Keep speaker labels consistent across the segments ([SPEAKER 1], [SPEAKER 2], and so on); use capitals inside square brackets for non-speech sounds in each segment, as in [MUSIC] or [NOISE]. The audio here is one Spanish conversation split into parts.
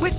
[SPEAKER 1] With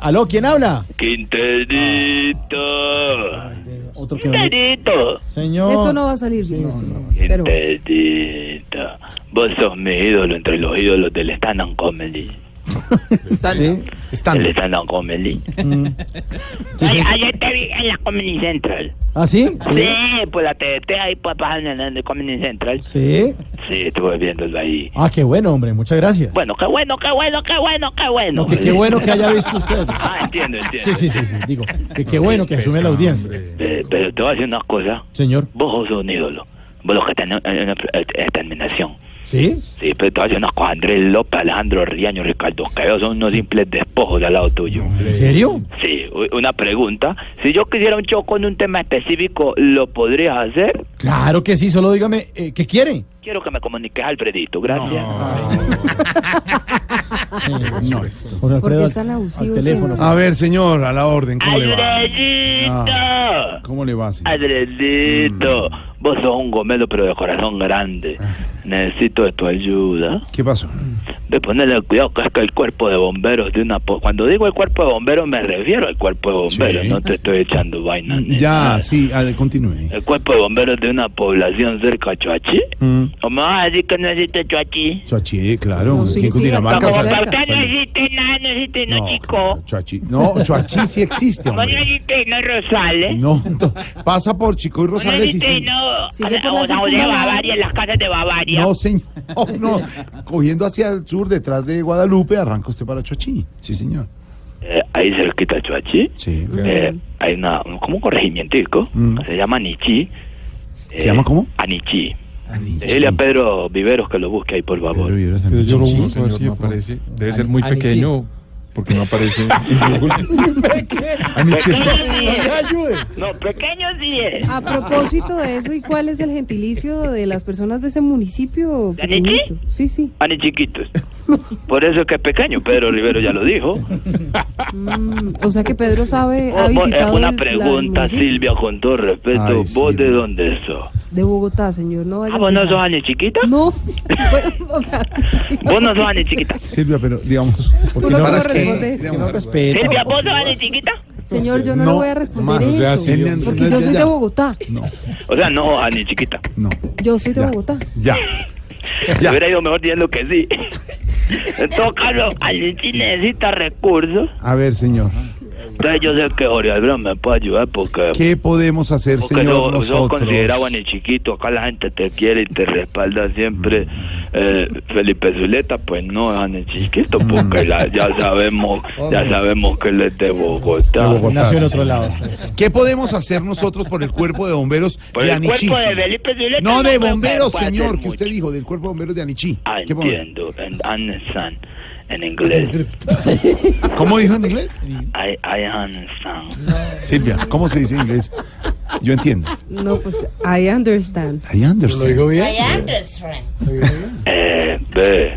[SPEAKER 2] Aló, ¿quién habla?
[SPEAKER 3] Quinterito.
[SPEAKER 2] Otro que no le-
[SPEAKER 3] Quinterito.
[SPEAKER 2] Señor.
[SPEAKER 4] Esto no va a salir, ministro. Pero,
[SPEAKER 3] Quinterito. Vos sos mi ídolo entre los ídolos del stand-up comedy.
[SPEAKER 2] Sí,
[SPEAKER 3] El stand-up
[SPEAKER 2] [LAUGHS]
[SPEAKER 3] comedy.
[SPEAKER 2] sí, sí.
[SPEAKER 3] Ay, Ayer te vi en la Comedy Central.
[SPEAKER 2] ¿Ah, sí? Sí.
[SPEAKER 3] Sí, por la TDT ahí por página en el Comedy Central.
[SPEAKER 2] Sí.
[SPEAKER 3] Sí, estuve viéndolo ahí.
[SPEAKER 2] Ah, qué bueno, hombre. Muchas gracias.
[SPEAKER 3] Bueno, qué bueno, qué bueno, qué bueno, qué bueno.
[SPEAKER 2] No, que qué bueno que haya visto usted.
[SPEAKER 3] [LAUGHS] Ah, entiendo, entiendo.
[SPEAKER 2] Sí, sí, sí, sí. Digo, que qué bueno que asume la audiencia.
[SPEAKER 3] Eh, pero te voy a decir una cosa.
[SPEAKER 2] Señor.
[SPEAKER 3] Vos sos un ídolo. Vos los que tenés eh, una eh, determinación.
[SPEAKER 2] ¿Sí?
[SPEAKER 3] Sí, pero te voy a decir unas cosas. Andrés López, Alejandro Riaño, Ricardo Quevedo son unos simples despojos de al lado tuyo.
[SPEAKER 2] ¿En serio?
[SPEAKER 3] Sí, u- una pregunta. Si yo quisiera un show con un tema específico, ¿lo podrías hacer?
[SPEAKER 2] Claro que sí. Solo dígame, eh, ¿qué quiere?
[SPEAKER 3] Quiero que me comuniques, Alfredito. Gracias.
[SPEAKER 2] Señor. Jorge
[SPEAKER 4] ¿Por
[SPEAKER 2] Alfredo
[SPEAKER 4] qué
[SPEAKER 2] al-
[SPEAKER 4] es tan abusivo,
[SPEAKER 2] al teléfono.
[SPEAKER 4] señor?
[SPEAKER 5] A ver, señor, a la orden, ¿cómo le va? Ah,
[SPEAKER 3] ¡Alfredito!
[SPEAKER 5] ¿Cómo le va, señor? Mm.
[SPEAKER 3] ¡Alfredito! Vos sos un gomelo, pero de corazón grande. Necesito de tu ayuda.
[SPEAKER 5] Ah. ¿Qué pasó?
[SPEAKER 3] de ponerle cuidado que es que el cuerpo de bomberos de una po- cuando digo el cuerpo de bomberos me refiero al cuerpo de bomberos
[SPEAKER 5] Sí.
[SPEAKER 3] no te estoy echando vaina ni
[SPEAKER 5] Ya,
[SPEAKER 3] nada.
[SPEAKER 5] sí, a- continúe.
[SPEAKER 3] el cuerpo de bomberos de una población cerca a Choachí
[SPEAKER 5] Mm.
[SPEAKER 3] o me vas a decir que no existe Choachí
[SPEAKER 5] Chachi, eh, claro.
[SPEAKER 4] No, sí,
[SPEAKER 5] aquí en
[SPEAKER 4] sí,
[SPEAKER 5] Cundinamarca
[SPEAKER 4] acá
[SPEAKER 3] como que
[SPEAKER 4] cerca.
[SPEAKER 3] usted
[SPEAKER 5] sale-
[SPEAKER 3] no
[SPEAKER 5] sale-
[SPEAKER 3] existe nada no existe no,
[SPEAKER 5] No,
[SPEAKER 3] chico
[SPEAKER 5] Chachi. No, Chachi sí existe,
[SPEAKER 3] como no
[SPEAKER 5] hombre.
[SPEAKER 3] existe no Rosales
[SPEAKER 5] No, no, pasa por Chico y
[SPEAKER 3] no
[SPEAKER 5] Rosales y
[SPEAKER 3] existe
[SPEAKER 5] sí.
[SPEAKER 3] este, no
[SPEAKER 4] Sigue por
[SPEAKER 3] o
[SPEAKER 4] la
[SPEAKER 3] sea, o de
[SPEAKER 4] circunvalación.
[SPEAKER 3] Bavaria en las casas de Bavaria
[SPEAKER 5] No, señor, no. Cogiendo hacia el sur, detrás de Guadalupe, arranca usted para Chachi. Sí, señor.
[SPEAKER 3] Eh, ahí cerquita a Choachí
[SPEAKER 5] Sí.
[SPEAKER 3] eh, hay una un- como un corregimientico
[SPEAKER 5] Mm.
[SPEAKER 3] se llama Nichí
[SPEAKER 5] ¿Se llama cómo?
[SPEAKER 3] Anichí Dile a Pedro Viveros que lo busque ahí, por favor.
[SPEAKER 5] Pedro Viveros
[SPEAKER 6] Pero
[SPEAKER 5] también.
[SPEAKER 6] yo lo
[SPEAKER 5] Sí,
[SPEAKER 6] busco así, no aparece. Debe ser muy pequeño porque no aparece.
[SPEAKER 5] a mi chico.
[SPEAKER 3] Pequeño [LAUGHS]
[SPEAKER 5] Ayude.
[SPEAKER 3] No, pequeño sí es.
[SPEAKER 4] a propósito de eso, ¿y cuál es el gentilicio de las personas de ese municipio?
[SPEAKER 3] ¿La Nichi?
[SPEAKER 4] pequeñito? Sí, sí.
[SPEAKER 3] Ah, ni chiquitos. Por eso es que es pequeño, Pedro Rivero ya lo dijo.
[SPEAKER 5] [LAUGHS]
[SPEAKER 4] Mm, o sea que Pedro sabe, ha
[SPEAKER 3] Oh, vos, eh,
[SPEAKER 4] visitado
[SPEAKER 3] una
[SPEAKER 4] el- la- el
[SPEAKER 3] pregunta,
[SPEAKER 4] municipio.
[SPEAKER 3] Silvia, con todo respeto.
[SPEAKER 5] Ay,
[SPEAKER 3] ¿Vos
[SPEAKER 5] Silvia.
[SPEAKER 3] de dónde sos?
[SPEAKER 4] De Bogotá, señor. No vaya
[SPEAKER 3] Ah, vos
[SPEAKER 4] a
[SPEAKER 3] no
[SPEAKER 4] empezar.
[SPEAKER 3] sos Ani Chiquita.
[SPEAKER 4] No, [LAUGHS] bueno, o sea, sí.
[SPEAKER 3] Vos no sos Ani Chiquita.
[SPEAKER 5] Silvia, pero digamos, ¿por qué
[SPEAKER 4] Uno
[SPEAKER 5] no
[SPEAKER 4] como
[SPEAKER 5] respeto?
[SPEAKER 4] responde,
[SPEAKER 5] Digamos,
[SPEAKER 4] señor.
[SPEAKER 2] Respeto.
[SPEAKER 3] Silvia, ¿vos sos Ani Chiquita?
[SPEAKER 4] señor, yo no,
[SPEAKER 5] No,
[SPEAKER 4] le voy a responder
[SPEAKER 5] más,
[SPEAKER 4] eso,
[SPEAKER 5] o sea, sí, no,
[SPEAKER 4] porque
[SPEAKER 5] no,
[SPEAKER 4] yo
[SPEAKER 5] ya,
[SPEAKER 4] soy
[SPEAKER 5] ya.
[SPEAKER 4] de Bogotá,
[SPEAKER 5] No,
[SPEAKER 3] O sea, no, Ani Chiquita.
[SPEAKER 5] no.
[SPEAKER 4] yo soy de
[SPEAKER 5] Ya.
[SPEAKER 4] Bogotá.
[SPEAKER 5] Ya.
[SPEAKER 3] Me hubiera ido mejor diciendo que
[SPEAKER 5] [LAUGHS]
[SPEAKER 3] sí. En todo caso, Anichi necesita recursos.
[SPEAKER 5] A ver, señor.
[SPEAKER 3] Entonces yo sé que Jorge Albrón me puede ayudar porque...
[SPEAKER 5] ¿Qué podemos hacer,
[SPEAKER 3] Porque
[SPEAKER 5] señor,
[SPEAKER 3] no, sos
[SPEAKER 5] nosotros?
[SPEAKER 3] considerado en el chiquito, acá la gente te quiere y te respalda siempre. Eh, Felipe Zuleta, pues no es en el chiquito, porque la-
[SPEAKER 5] [LAUGHS]
[SPEAKER 3] ya sabemos ya sabemos que él es de Bogotá.
[SPEAKER 5] De Bogotá.
[SPEAKER 2] Nació en otro lado.
[SPEAKER 5] ¿Qué podemos hacer nosotros por el cuerpo de bomberos
[SPEAKER 3] [LAUGHS] Por Pues,
[SPEAKER 5] de
[SPEAKER 3] el
[SPEAKER 5] Anichí?
[SPEAKER 3] cuerpo de Felipe Zuleta.
[SPEAKER 5] No de
[SPEAKER 3] creo que
[SPEAKER 5] bomberos,
[SPEAKER 3] pueda hacer
[SPEAKER 5] señor, que
[SPEAKER 3] mucho.
[SPEAKER 5] usted dijo, del cuerpo de bomberos de Anichí.
[SPEAKER 3] Ah,
[SPEAKER 5] ¿Qué podemos-
[SPEAKER 3] entiendo, en understand, en
[SPEAKER 5] [LAUGHS]
[SPEAKER 3] inglés.
[SPEAKER 5] ¿Cómo dijo en inglés?
[SPEAKER 3] I, I understand.
[SPEAKER 5] Silvia, ¿cómo se dice en inglés? Yo entiendo.
[SPEAKER 4] No, pues, I understand.
[SPEAKER 5] I understand.
[SPEAKER 3] Eh, ve,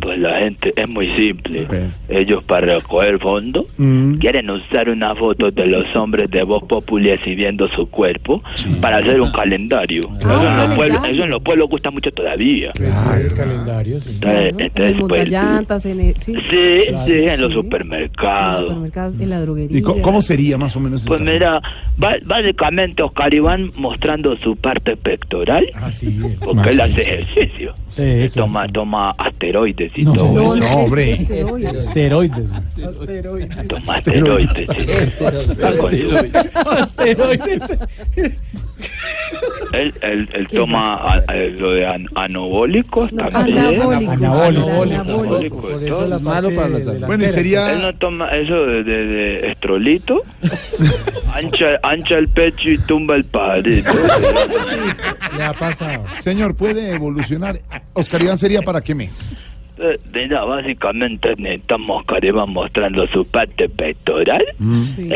[SPEAKER 3] pues la gente es muy simple.
[SPEAKER 5] Ve.
[SPEAKER 3] Ellos para recoger fondo
[SPEAKER 5] Mm.
[SPEAKER 3] quieren usar una foto de los hombres de Voz Populi exhibiendo su cuerpo para hacer un calendario.
[SPEAKER 5] Claro.
[SPEAKER 3] Eso, en los pueblos,
[SPEAKER 4] calendario.
[SPEAKER 3] eso en los pueblos gusta mucho todavía.
[SPEAKER 2] El calendario, sí.
[SPEAKER 3] Entonces,
[SPEAKER 4] en
[SPEAKER 3] entonces,
[SPEAKER 4] el
[SPEAKER 3] pues,
[SPEAKER 4] montallantas, en el, sí, en
[SPEAKER 3] sí, ah. sí, en los
[SPEAKER 4] Sí. los
[SPEAKER 3] supermercados.
[SPEAKER 4] supermercados, en la droguería.
[SPEAKER 5] ¿Y co- cómo sería más o menos? el
[SPEAKER 3] Pues
[SPEAKER 5] trabajo?
[SPEAKER 3] mira, ba- básicamente Oscar Iván mostrando su parte pectoral,
[SPEAKER 2] Así es.
[SPEAKER 3] porque él hace ejercicio.
[SPEAKER 2] Sí, claro.
[SPEAKER 3] Toma, toma asteroides y
[SPEAKER 2] No,
[SPEAKER 3] todo.
[SPEAKER 4] No,
[SPEAKER 5] No,
[SPEAKER 4] no,
[SPEAKER 5] hombre.
[SPEAKER 4] hombre.
[SPEAKER 5] este.
[SPEAKER 4] Esteroides.
[SPEAKER 2] Esteroides. güey.
[SPEAKER 3] Toma asteroides. sí. Este,
[SPEAKER 2] Esteroides.
[SPEAKER 3] Él, él, él
[SPEAKER 4] ¿Qué
[SPEAKER 3] toma a- a- lo de an- anabólicos
[SPEAKER 4] No,
[SPEAKER 5] Ah,
[SPEAKER 3] también.
[SPEAKER 4] anabólicos.
[SPEAKER 2] Anabólicos.
[SPEAKER 4] Anabólicos.
[SPEAKER 3] Anabólicos,
[SPEAKER 2] Por
[SPEAKER 3] todo.
[SPEAKER 2] eso es malo para la salud.
[SPEAKER 5] Bueno, y
[SPEAKER 3] Él
[SPEAKER 5] sería...
[SPEAKER 3] no toma eso de, de- de estrolito. ancha, ancha el pecho y tumba el palito.
[SPEAKER 2] Le ha pasado.
[SPEAKER 5] Señor, ¿puede evolucionar? Oscar Iván sería para qué mes?
[SPEAKER 3] Eh, Mira, básicamente necesitamos que le van mostrando su parte pectoral
[SPEAKER 4] Mm. Sí.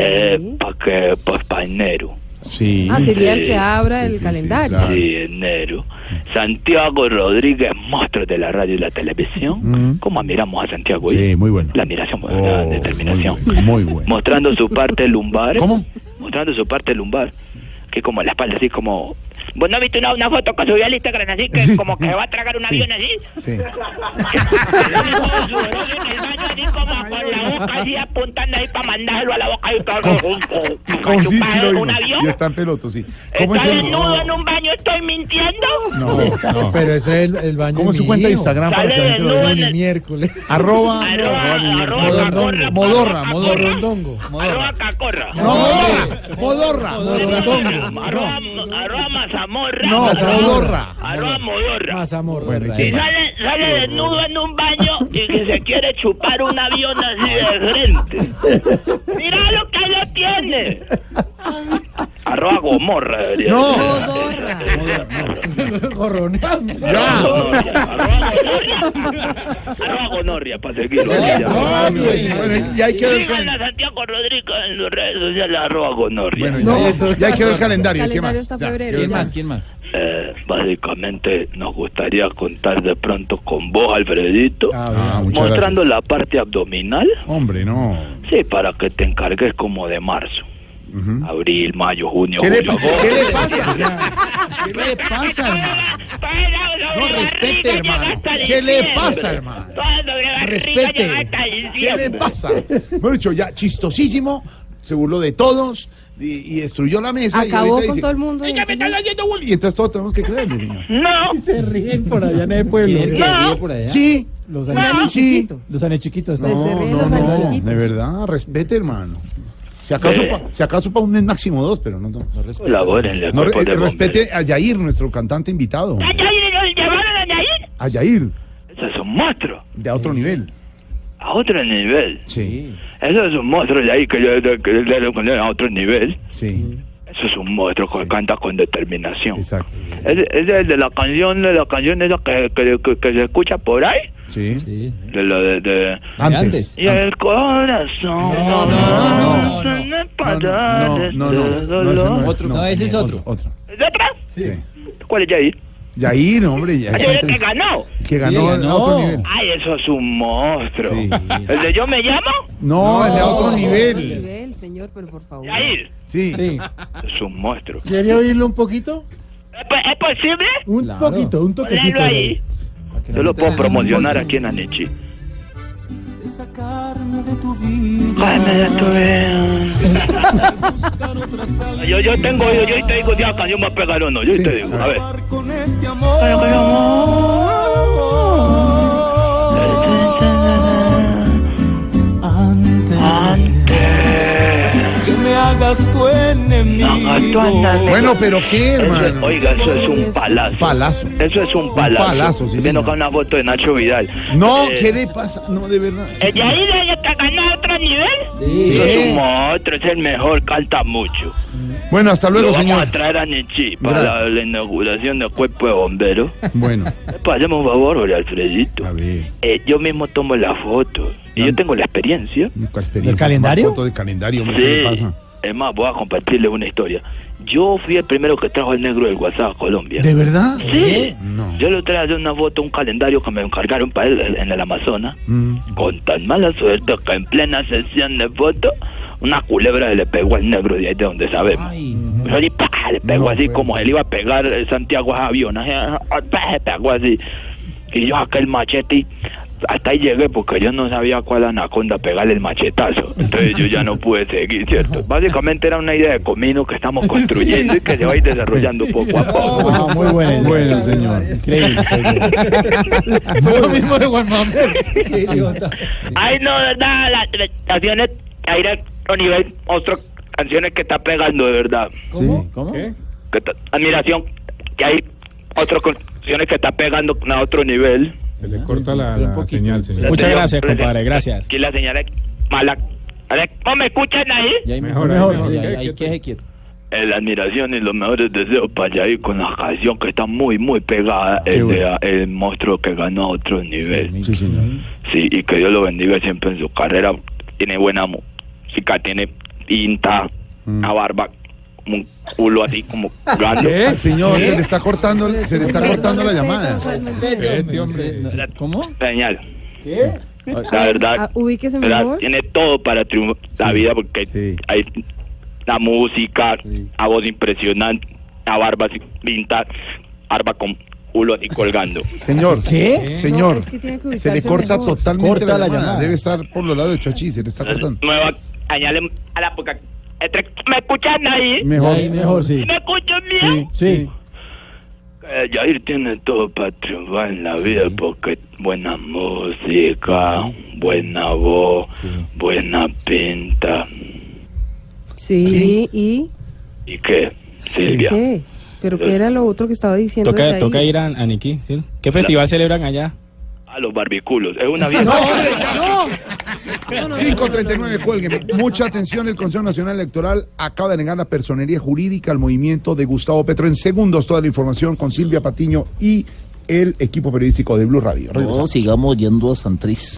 [SPEAKER 3] para que, pues para enero.
[SPEAKER 5] Sí.
[SPEAKER 4] Ah, sería el que abra
[SPEAKER 5] Eh, Sí,
[SPEAKER 4] el
[SPEAKER 5] sí, sí,
[SPEAKER 4] calendario.
[SPEAKER 5] claro.
[SPEAKER 3] Sí, enero. Santiago Rodríguez, monstruo de la radio y la televisión. ¿Cómo admiramos a Santiago? hoy?
[SPEAKER 5] Mm. Sí, muy bueno.
[SPEAKER 3] La admiración,
[SPEAKER 5] Oh,
[SPEAKER 3] la determinación.
[SPEAKER 5] muy bueno, muy bueno.
[SPEAKER 3] Mostrando su parte lumbar.
[SPEAKER 5] ¿Cómo?
[SPEAKER 3] Mostrando su parte lumbar. Que como la espalda, así como... ¿Vos no viste una, una foto que subió al Instagram así? Que como que va a tragar un avión así.
[SPEAKER 5] Sí.
[SPEAKER 3] Todo sudoroso en el baño, así como con la boca así apuntando ahí para mandárselo a la boca. Y todo,
[SPEAKER 5] ¿Cómo sí, sí lo
[SPEAKER 3] un
[SPEAKER 5] oímos.
[SPEAKER 3] avión.
[SPEAKER 5] Y está en peloto, sí. ¿Cómo
[SPEAKER 3] ¿Está
[SPEAKER 5] es el-
[SPEAKER 3] desnudo en un baño? ¿Estoy mintiendo?
[SPEAKER 5] No,
[SPEAKER 2] Pero ese es el, el baño
[SPEAKER 5] ¿Cómo es su
[SPEAKER 2] mío.
[SPEAKER 5] cuenta de Instagram para
[SPEAKER 3] Sale
[SPEAKER 5] que la gente lo
[SPEAKER 3] desnudo
[SPEAKER 5] vea?
[SPEAKER 3] en
[SPEAKER 2] El miércoles.
[SPEAKER 5] Arroba.
[SPEAKER 3] Arroba, arroba, Modorra,
[SPEAKER 5] Modorra, Modorra,
[SPEAKER 2] [LAUGHS]
[SPEAKER 5] Modorra.
[SPEAKER 2] Rondongo.
[SPEAKER 3] Arroba Cacorra.
[SPEAKER 5] No, Modorra, Modorra.
[SPEAKER 3] Arroba, arroba Mazamorra.
[SPEAKER 5] No,
[SPEAKER 3] Arroba-
[SPEAKER 5] Modorra.
[SPEAKER 3] Arroba Modorra.
[SPEAKER 2] Mazamorra.
[SPEAKER 5] Bueno, ¿y
[SPEAKER 2] Raíz.
[SPEAKER 5] qué
[SPEAKER 3] Y sale, sale desnudo en un baño y que se quiere chupar un avión así de frente. Mirá lo que lo tiene. Arroba Gomorra. debería
[SPEAKER 5] No.
[SPEAKER 3] ser.
[SPEAKER 4] Modorra.
[SPEAKER 2] Gorroneando.
[SPEAKER 3] Arroba Gonorria. Arroba Gonorria. Arroba Gonorria, para seguirlo.
[SPEAKER 5] Ah, bien. Bueno, y ahí quedó el
[SPEAKER 3] Sigan
[SPEAKER 5] calendario.
[SPEAKER 3] a Santiago Rodríguez en sus redes sociales, arroba Gonorria.
[SPEAKER 5] Bueno, ya, ya ahí quedó el calendario. ¿Qué
[SPEAKER 4] Calendario
[SPEAKER 5] más?
[SPEAKER 4] hasta
[SPEAKER 5] Ya,
[SPEAKER 4] febrero,
[SPEAKER 5] quedó el
[SPEAKER 4] ya.
[SPEAKER 5] más.
[SPEAKER 6] ¿Quién más?
[SPEAKER 3] Eh, básicamente nos gustaría contar de pronto con vos, Alfredito,
[SPEAKER 5] Ah, bien. Ah, muchas
[SPEAKER 3] mostrando la
[SPEAKER 5] gracias.
[SPEAKER 3] parte abdominal,
[SPEAKER 5] Hombre, no.
[SPEAKER 3] sí, para que te encargues como de marzo. Abril, mayo, junio,
[SPEAKER 5] ¿Qué le,
[SPEAKER 3] julio,
[SPEAKER 5] pa-
[SPEAKER 3] agosto.
[SPEAKER 5] ¿Qué le pasa? ¿Qué le pasa, hermano? No, respete, hermano. ¿Qué le pasa, hermano? Respete. ¿Qué le pasa? Bueno, dicho, ya chistosísimo, se burló de todos y, y destruyó la mesa. y
[SPEAKER 4] Acabó
[SPEAKER 5] ahorita
[SPEAKER 4] con
[SPEAKER 5] dice,
[SPEAKER 4] todo el mundo.
[SPEAKER 5] "Ella me están haciendo bullying". Y entonces todos tenemos que creerle, señor.
[SPEAKER 3] No,
[SPEAKER 2] Se ríen por allá en el pueblo.
[SPEAKER 5] Sí,
[SPEAKER 2] ¿eh? Los
[SPEAKER 5] no,
[SPEAKER 2] años
[SPEAKER 5] sí.
[SPEAKER 2] Los años chiquitos.
[SPEAKER 4] Se- se ríen los años chiquitos.
[SPEAKER 5] de verdad, respete, hermano. Si acaso,
[SPEAKER 3] Eh.
[SPEAKER 5] pa- si acaso para un mes máximo dos, pero no. no, no respete.
[SPEAKER 3] colabórenle al
[SPEAKER 5] No,
[SPEAKER 3] cuerpo
[SPEAKER 5] re- eh,
[SPEAKER 3] de bomberos.
[SPEAKER 5] respete a Yair, nuestro cantante invitado.
[SPEAKER 3] ¿A Yair? ¿Lo ¿Llevaron a Yair?
[SPEAKER 5] A Yair,
[SPEAKER 3] Eso es un monstruo,
[SPEAKER 5] de a otro nivel.
[SPEAKER 3] a otro nivel.
[SPEAKER 5] Sí,
[SPEAKER 3] Eso es un monstruo, Yair, que yo que yo- que yo- que yo- a otro nivel.
[SPEAKER 5] sí,
[SPEAKER 3] Eso es un monstruo que canta con determinación.
[SPEAKER 5] exacto.
[SPEAKER 3] Es, es el de la canción, de la canción esa que, que, que- que se escucha por ahí.
[SPEAKER 5] Sí.
[SPEAKER 3] De lo de, de-
[SPEAKER 5] Antes.
[SPEAKER 3] Y el corazón.
[SPEAKER 7] No, no, no,
[SPEAKER 3] no,
[SPEAKER 5] No, no, no, no, ese no es,
[SPEAKER 7] Otro. No, ese es otro.
[SPEAKER 5] Otro.
[SPEAKER 3] ¿De otra?
[SPEAKER 5] Sí.
[SPEAKER 3] ¿Cuál es Yair?
[SPEAKER 5] Yair, hombre, Yair.
[SPEAKER 3] Ay, el que ganó.
[SPEAKER 5] Que ganó
[SPEAKER 7] Sí,
[SPEAKER 5] el de
[SPEAKER 7] ganó.
[SPEAKER 5] otro nivel.
[SPEAKER 3] Ay, eso es un monstruo.
[SPEAKER 5] Sí.
[SPEAKER 3] ¿El de yo me llamo?
[SPEAKER 5] No, el de otro nivel.
[SPEAKER 4] Nivel, señor, pero por favor.
[SPEAKER 3] Yair.
[SPEAKER 5] Sí.
[SPEAKER 2] Sí.
[SPEAKER 3] Es un monstruo.
[SPEAKER 2] ¿Quiere oírlo un poquito?
[SPEAKER 3] ¿Es, po- es posible?
[SPEAKER 2] Un
[SPEAKER 7] Claro.
[SPEAKER 2] poquito, un toquecito.
[SPEAKER 3] Ponelo ahí. Yo lo puedo promocionar aquí en Anichi. Sacarme de tu vida. yo, yo tengo, yo, yo te digo, ya, canción más pegarón, no, yo te digo, a ver. Pero que amor. Antes. Que me hagas tu enemigo.
[SPEAKER 5] Bueno, pero qué, hermano.
[SPEAKER 3] Eso- Oiga, eso es un palazo.
[SPEAKER 5] Palazo.
[SPEAKER 3] Eso es un palazo.
[SPEAKER 5] palazo, sí,
[SPEAKER 3] Viendo
[SPEAKER 5] señor.
[SPEAKER 3] con una foto de Nacho Vidal.
[SPEAKER 5] No,
[SPEAKER 3] Eh,
[SPEAKER 5] ¿qué le pasa? No, de verdad.
[SPEAKER 3] ¿El Yair es el que ganó a otro nivel?
[SPEAKER 7] Sí.
[SPEAKER 3] Eso Es
[SPEAKER 5] Sí.
[SPEAKER 3] un monstruo, es el mejor, canta mucho.
[SPEAKER 5] Bueno, hasta
[SPEAKER 3] Lo
[SPEAKER 5] luego,
[SPEAKER 3] vamos
[SPEAKER 5] señor.
[SPEAKER 3] a traer a Nietzsche para la,
[SPEAKER 5] Gracias.
[SPEAKER 3] la inauguración del cuerpo de
[SPEAKER 5] [LAUGHS]
[SPEAKER 3] bomberos.
[SPEAKER 5] Bueno,
[SPEAKER 3] Pasemos un favor, Jorge Alfredito.
[SPEAKER 5] a ver.
[SPEAKER 3] Eh, yo mismo tomo la foto y yo tengo la experiencia.
[SPEAKER 5] ¿Cuál experiencia?
[SPEAKER 2] ¿Del calendario?
[SPEAKER 5] Tomar foto del calendario, hombre, ¿qué le
[SPEAKER 3] Sí.
[SPEAKER 5] pasa?
[SPEAKER 3] Es más, voy a compartirle una historia. Yo fui el primero que trajo el negro del WhatsApp a Colombia.
[SPEAKER 5] ¿De verdad?
[SPEAKER 3] Sí.
[SPEAKER 5] No.
[SPEAKER 3] Yo le traje una foto, un calendario que me encargaron para él en el Amazonas.
[SPEAKER 5] Mm.
[SPEAKER 3] Con tan mala suerte que en plena sesión de fotos, una culebra se le pegó al negro de ahí de donde sabemos. Pero ahí, ¡pa! le pegó
[SPEAKER 5] No,
[SPEAKER 3] así
[SPEAKER 5] pues.
[SPEAKER 3] como él iba a pegar eh, Santiago a avión. así, ah, ah, ¡pa! Se pegó así. Y yo aquel machete y hasta ahí llegué porque yo no sabía cuál anaconda pegarle el machetazo. Entonces yo ya no pude seguir, ¿cierto? Básicamente era una idea de comino que
[SPEAKER 5] [LAUGHS]
[SPEAKER 3] estamos construyendo y que se va a ir desarrollando poco a poco.
[SPEAKER 5] pues
[SPEAKER 2] Ah, muy buena idea. [LAUGHS]
[SPEAKER 5] Bueno, señor. Increíble.
[SPEAKER 2] Fue lo mismo de Juan Manuel. Sí, idiota.
[SPEAKER 3] Ay, no, de verdad, las, las canciones a ir a otro nivel, otras canciones que está pegando, de verdad.
[SPEAKER 2] ¿Cómo? ¿Cómo?
[SPEAKER 3] Que está- admiración, que hay otras canciones que está pegando a otro nivel.
[SPEAKER 6] Se le corta la, la señal, señor.
[SPEAKER 7] Muchas
[SPEAKER 3] Yo-
[SPEAKER 7] gracias,
[SPEAKER 3] yo-
[SPEAKER 7] compadre, gracias.
[SPEAKER 3] Aquí la señal es mala. A ver, ¿No me escuchan ahí?
[SPEAKER 7] Y ahí
[SPEAKER 6] Mejor,
[SPEAKER 7] mejor,
[SPEAKER 6] mejor,
[SPEAKER 7] ahí,
[SPEAKER 6] mejor.
[SPEAKER 7] ahí, ahí, que se quiere.
[SPEAKER 3] eh, la admiración y los mejores deseos para allá ir con la canción que está muy, muy pegada,
[SPEAKER 5] Qué
[SPEAKER 3] el, de,
[SPEAKER 5] bueno.
[SPEAKER 3] ah, el monstruo que ganó a otro nivel. Sí,
[SPEAKER 5] Sí, señor.
[SPEAKER 3] y que Dios lo bendiga siempre en su carrera. Tiene buena música, tiene pinta, una barba, como un culo así, como [LAUGHS] grande.
[SPEAKER 5] Al Señor,
[SPEAKER 2] ¿Eh?
[SPEAKER 5] se le está cortando, se le está cortando la llamada. Este
[SPEAKER 7] ¿Cómo?
[SPEAKER 3] Señal. La verdad,
[SPEAKER 4] Ah, ubíquese
[SPEAKER 3] ¿verdad?
[SPEAKER 4] mejor.
[SPEAKER 3] tiene todo para triunfar la vida porque
[SPEAKER 5] Sí.
[SPEAKER 3] hay la música, la voz impresionante, la barba así pinta, barba con culo así
[SPEAKER 5] [LAUGHS]
[SPEAKER 3] colgando.
[SPEAKER 5] Señor, ¿qué? Señor,
[SPEAKER 4] No, es que tiene que
[SPEAKER 5] se le
[SPEAKER 4] ubicarse
[SPEAKER 5] corta
[SPEAKER 4] mejor.
[SPEAKER 5] totalmente
[SPEAKER 2] Corta
[SPEAKER 5] la
[SPEAKER 2] la
[SPEAKER 5] llamada.
[SPEAKER 2] llamada.
[SPEAKER 5] Debe estar por los lados de Chochi, se le está cortando.
[SPEAKER 3] Nueva, añale a la poca. entre- ¿Me escuchan ahí?
[SPEAKER 5] Mejor,
[SPEAKER 2] Ahí mejor, sí.
[SPEAKER 3] ¿Me escuchan bien?
[SPEAKER 5] Sí, sí.
[SPEAKER 3] Eh, Jair tiene todo para triunfar en la vida porque buena música, buena voz, buena pinta.
[SPEAKER 4] Sí, ¿y
[SPEAKER 3] ¿Y qué, Silvia?
[SPEAKER 4] qué? ¿Pero qué era lo otro que estaba diciendo? de
[SPEAKER 7] Toca,
[SPEAKER 4] ahí?
[SPEAKER 7] toca ir a, a Niquí, ¿sí? ¿Qué festival celebran allá?
[SPEAKER 3] A los barbiculos. Es una fiesta.
[SPEAKER 5] 539, cuelguen. Mucha atención, el Consejo Nacional Electoral acaba de negar la personería jurídica al movimiento de Gustavo Petro. En segundos, toda la información con Silvia Patiño y el equipo periodístico de Blue Radio. Regresamos.
[SPEAKER 8] sigamos yendo a Santriz.